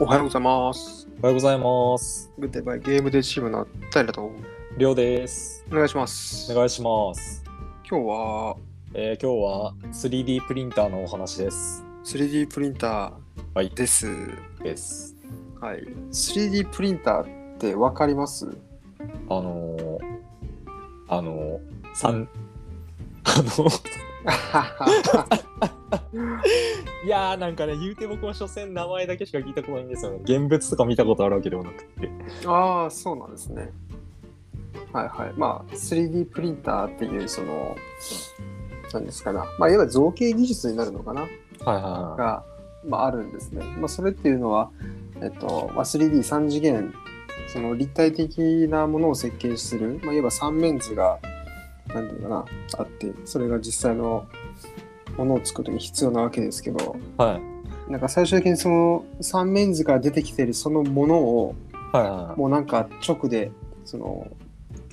おはようございます。おはようございます。グッデバイゲームでチームのタイラとりょうです。お願いします。お今願いします。日はえー今日は 3D プリンターのお話です。 3D プリンタはいーです。です。はい。3D プリンターってわかり ますあのー、あのー、三、あの、 いやーなんかね、言うて僕は所詮名前だけしか聞いたことないんですよね。現物とか見たことあるわけではなくて。ああ、そうなんですね。はいはい。まあ、3D プリンターっていう、その、なんですかな。まあ、いわゆる造形技術になるのかなはいはいはが、まあ、あるんですね。まあ、それっていうのは、えっとまあ、3D3 次元その立体的なものを設計する、まあ、いわば三面図が何ていうのかなあってそれが実際のものを作る時に必要なわけですけどい。はい。なんか最終的にその三面図から出てきてるそのものをはいはもうなんか直でその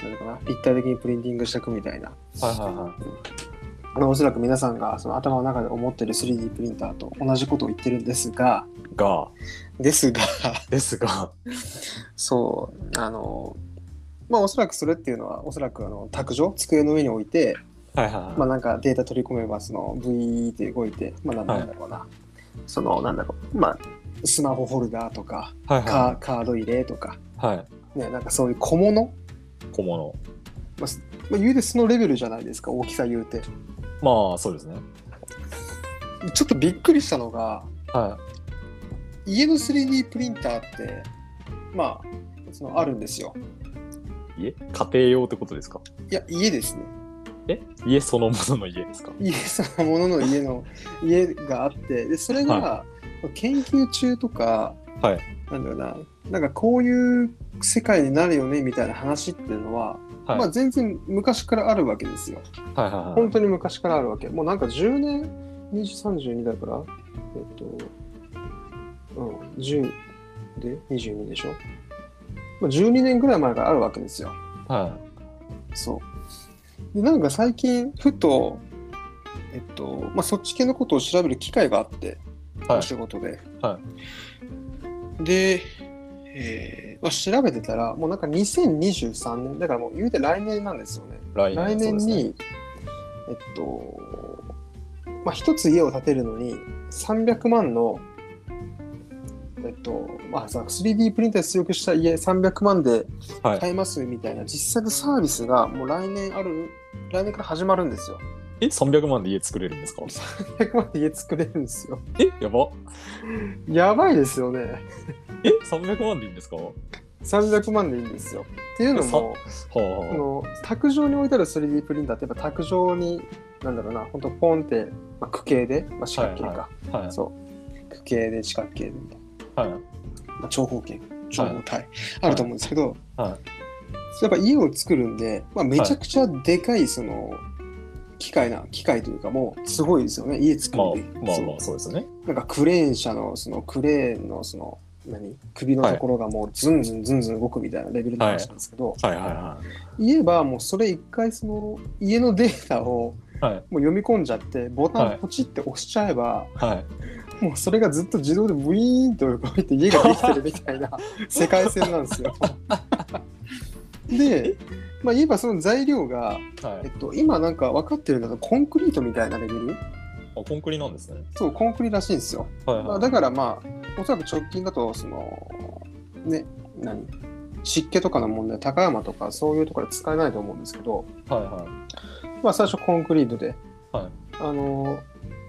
何かな立体的にプリンティングしていくみたいな、い。はいはいはい。まあ、おそらく皆さんがその頭の中で思ってる 3D プリンターと同じことを言ってるんですがが、ですがですが、そうあのまあおそらくそれっていうのはおそらくあの卓上机の上に置いて、はいはいはい。まあ、なんかデータ取り込めばその V って動いて、まあ、なんなんだろうな、そのなんだろうまあスマホホルダーとかはいカはーカード入れとか、い。はい。ね、なんかそういう小物、小物。まあすまあ、言うてそのレベルじゃないですか大きさ言うてまあ、そうですね。ちょっとびっくりしたのがは家の 3D プリンターってまあそのあるんですよい。家家庭用ってことですかいや家ですねえ家そのものの家ですか家そのものの家 の家があってでそれが研究中とか、はいなんだろうななんかこういう世界になるよねみたいな話っていうのは、はい、まあ、全然昔からあるわけですよはいはいはい本当に昔からあるわけもうなんか10年2032だからえっとうん10で22でしょ、まあ、12年ぐらい前からあるわけですよはそう。で、なんか最近、ふと、えっと、まあ、そっち系のことを調べる機会があって、いはおい仕事で。はで、えーまあ、調べてたら、もうなんか2023年、だからもう言うて来年なんですよね。来来年そうですに、ねえっと、まあ、一つ家を建てるのに、300万の、えっと、まあさ、3D プリンターで出力した家300万ではい買えますみたいな実際のサービスがもう来年ある来年から始まるんですよ。え300万で家作れるんですか300万で家作れるんですよ。えやばやばいですよね。え300万でいいんですかは300万でいいんですよ。っていうのもああ、の卓上に置いてある 3D プリンターってやっぱ卓上になんだろうな本当ポンって、まあ、区形で、まあ、四角形か、ははいそう区形で四角形でみたいはな、いまあ、長方形長方体、あると思うんですけど、はやっぱ家を作るんで、まあ、めちゃくちゃでかいその、機械な機械というかもうすごいですよね家作まあるんで、まあそうまあそうですよねなんかクレーン車のそのクレーンのその何首のところがもうズンズンズンズン動くみたいなレベルの話なんですけど、はいはいは言えばもうそれ一回その家のデータをいはいもう読み込んじゃってボタはンいポチって押しちゃえば、はいもうそれがずっと自動でブイーンと動いて家ができてるみたいな世界線なんですよ。で、まあ、言えばその材料が、はえっいと、今なんか分かってるのがコンクリートみたいなレベルあコンクリなんですねそうコンクリらしいんですよ。はいまはあ、いだからまあおそらく直近だとそのね何湿気とかの問題高山とかそういうところで使えないと思うんですけど、はいはまあ、最初コンクリートで、はいあの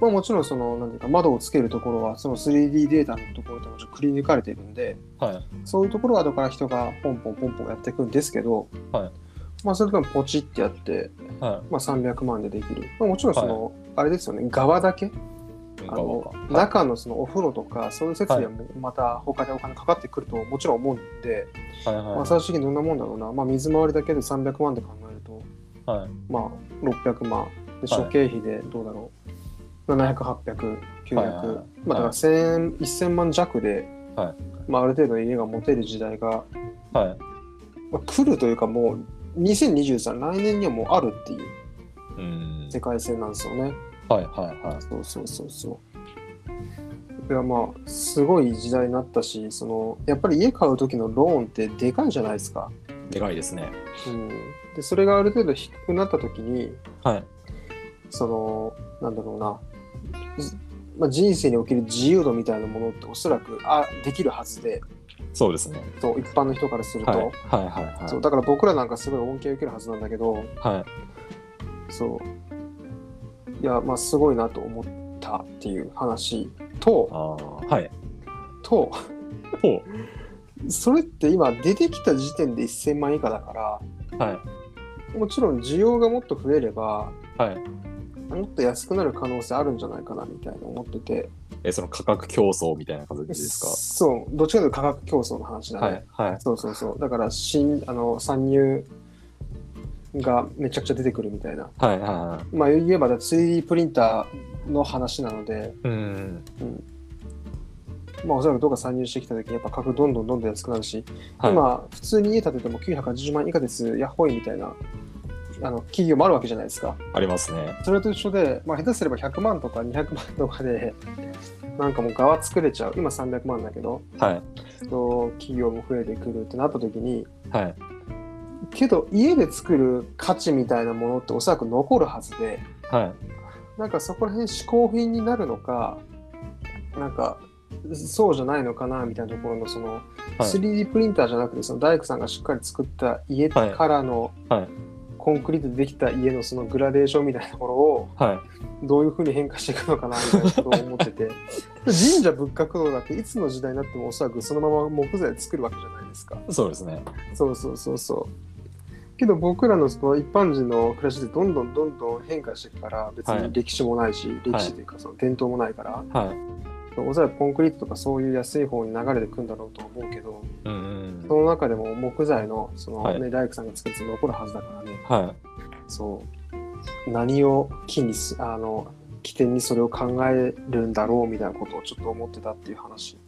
まあ、もちろんそのなんていうか窓をつけるところはその 3D データのところでもちょっとくり抜かれてるんでいはいそういうところは後から人がポンポンポンポンやっていくんですけど、はいまあ、それでもポチってやって、はまあ、300万でできる、まあ、もちろんその、あれですよね側だけいあのはい中のそのお風呂とかそういう設備はもうまた他でお金かかってくるともちろん思うんで、はいまあ、は最終的にどんなもんだろうな、まあ、水回りだけで300万で考えると、いはいまあ、600万ではい諸経費でどうだろう、700800、900、はいはいはいまあ、だから1000 1000万弱で、はまあ、ある程度家が持てる時代が、はいまあ、来るというかもう2023来年にはもうあるっていううん世界線なんですよね。はいはいはいそうそうそうそう。いやまあすごい時代になったしそのやっぱり家買う時のローンってでかいじゃないですか、でかいですね。うん、でそれがある程度低くなった時にはい。そのなんだろうな、ずまあ、人生における自由度みたいなものっておそらくあできるはずでそうですね。と一般の人からすると、はい。はいはいはい。そうだから僕らなんかすごい恩恵を受けるはずなんだけどはい。そういやまあすごいなと思ったっていう話とああ、はい。とほそれって今出てきた時点で1000万以下だかう。はい。らもちろん需要がもっと増えればはい。もっと安くなる可能性あるんじゃないかなみたいな思っててえ、その価格競争みたいな感じですかそうどっちかというと価格競争の話だね、はい。はい。そうそうそうだから新あの参入がめちゃくちゃ出てくるみたいなはいはいはまあ言えばだって 3D プリンターの話なのでい。うん。まあおそらくどっか参入してきた時にやっぱ価格どんどんどんどん安くなるし、はい。今普通に家建てても980万以下ですやっほいみたいなあの企業もあるわけじゃないですかありますね。それと一緒で、まあ、下手すれば100万とか200万とかでなんかもう側作れちゃう今300万だけどはい。そう企業も増えてくるってなった時にはい。けど家で作る価値みたいなものっておそらく残るはずではい。なんかそこら辺嗜好品になるのかなんかそうじゃないのかなみたいなところのその、はい。 3D プリンターじゃなくてその大工さんがしっかり作った家からの、はいはいコンクリートでできた家のそのグラデーションみたいなところをはい。どういうふうに変化していくのかなみたいなことを思って て神社仏閣のだっていつの時代になってもおそらくそのまま木材で作るわけじゃないですかそうですね。そうそうそうそうけど僕らのその一般人の暮らしでどんどんどんどん変化していくから別はにい歴史もないし、歴史というかその伝統もないから、はい。おそらくコンクリートとかそういう安い方に流れてくんだろうと思うけどうんうんそ。の中でも木材のその、ねはい大工さんが作って残るはずだからねはそう何を機にすあの起点にそれを考えるんだろうみたいなことをちょっと思ってたっていう話い。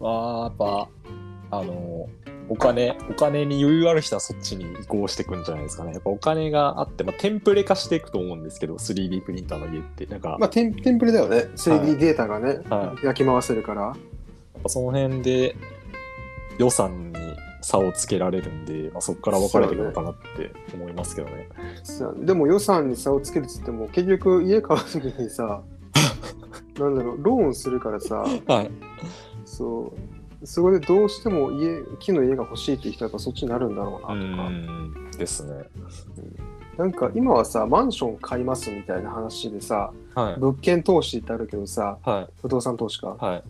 わあ、やっぱ、あの、お金、お金に余裕ある人はそっちに移行していくんじゃないですかね。やっぱお金があって、まあ、テンプレ化していくと思うんですけど、3D プリンターの家って。なんか、まあテンテンプレだよねは 3D いデータがね、は焼き回せるからやっぱその辺で予算に差をつけられるんで、まあ、そこから分かれていくのかなって思いますけどね。そうでも予算に差をつけるっつっても結局家買う時に さなんだろうローンするからさはい。そうそこでどうしても家木の家が欲しいっていう人はやっぱそっちになるんだろうなとうか、ん。ですね。なんか今はさマンション買いますみたいな話でさはい。物件投資ってあるけどさは不動産投資かい。はい。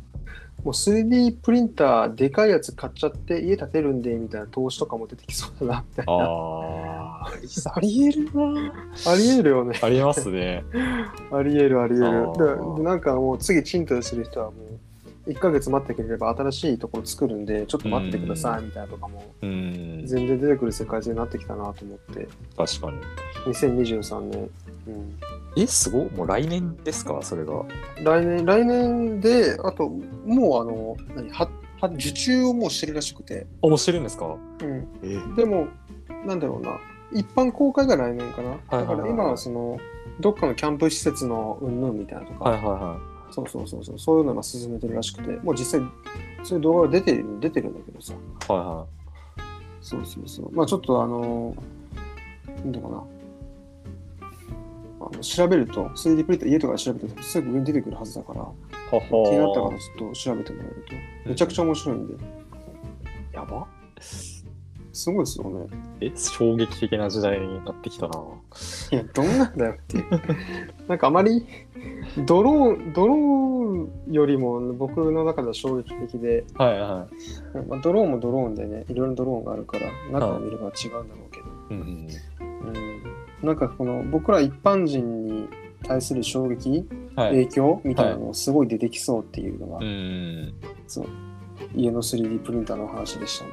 もう 3D プリンターでかいやつ買っちゃって家建てるんでみたいな投資とかも出てきそうだなみたいなああ。ありえるな。ありえるよねありえますね。ありえるありえるあーでなんかもう次賃貸する人はもう1ヶ月待ってくれれば新しいところ作るんでちょっと待っててくださいみたいなとかもうん。全然出てくる世界線になってきたなと思って確かに。 2023年、うん、え、すごい。もう来年ですかそれが。来年来年であともうあの何はは受注をもうしてるらしくて、あ、もうしてるんですかうん、えでも、なんだろうな、一般公開が来年かな。はいはいはいだから今はその、どっかのキャンプ施設の云々みたいなとか、はいはいはそうそうそうそう、そういうのが進めてるらしくて、もう実際、そういう動画が出てる出てるんだけどさ、い。はいはそうそうそう、まあちょっとあの、なんだろうな。あの調べると 3D プリンター家とかで調べるとすぐ上に出てくるはずだからい。は気になったかはらちょっと調べてもらえるとめちゃくちゃ面白いんでやばすごいですよねえ、衝撃的な時代になってきたな。いや、どんなんだよっていう。 なんかあまり、ドローン、ドローンよりも僕の中では衝撃的で、はいはい。まあ、ドローンもドローンでね、いろいろドローンがあるから、中を見れば違うんだろうけど、うん。うん、なんかこの僕ら一般人に対する衝撃、はい。影響みたいなのをすごい出てきそうっていうのが、うん。家の 3D プリンターの話でしたね。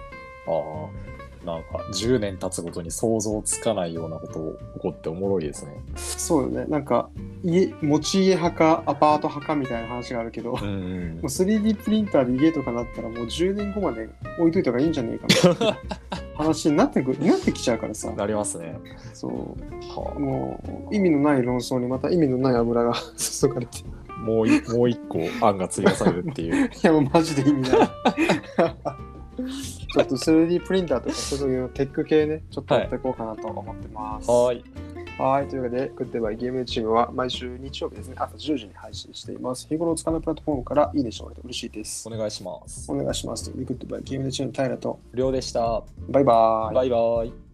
ああ、なんか10年経つごとに想像つかないようなことを起こっておもろいですね。そうよね、なんか家、持ち家派かアパート派かみたいな話があるけど、 もんう 3D プリンターで家とかなったらもう10年後まで置いといた方がいいんじゃねえかみたいな話になってく なってきちゃうからさなりますね。そうはもう意味のない論争にまた意味のない油が 注がれてあ、もういもう一個案が追加されるっていう。いやもうマジで意味ない。 ちょっと 3D プリンターとかそういうテック系ね、ちょっとやっていこうかなと思ってます。 はーい。はい、というわけで、グッデバイゲームチームは毎週日曜日ですね、朝10時に配信しています。日頃お使いのプラットフォームからいいねしてもらえて嬉しいですお。願いしますお。願いします。ということでグッドバイゲームチームの平と、不良でした。バイバーイ。バイバイ。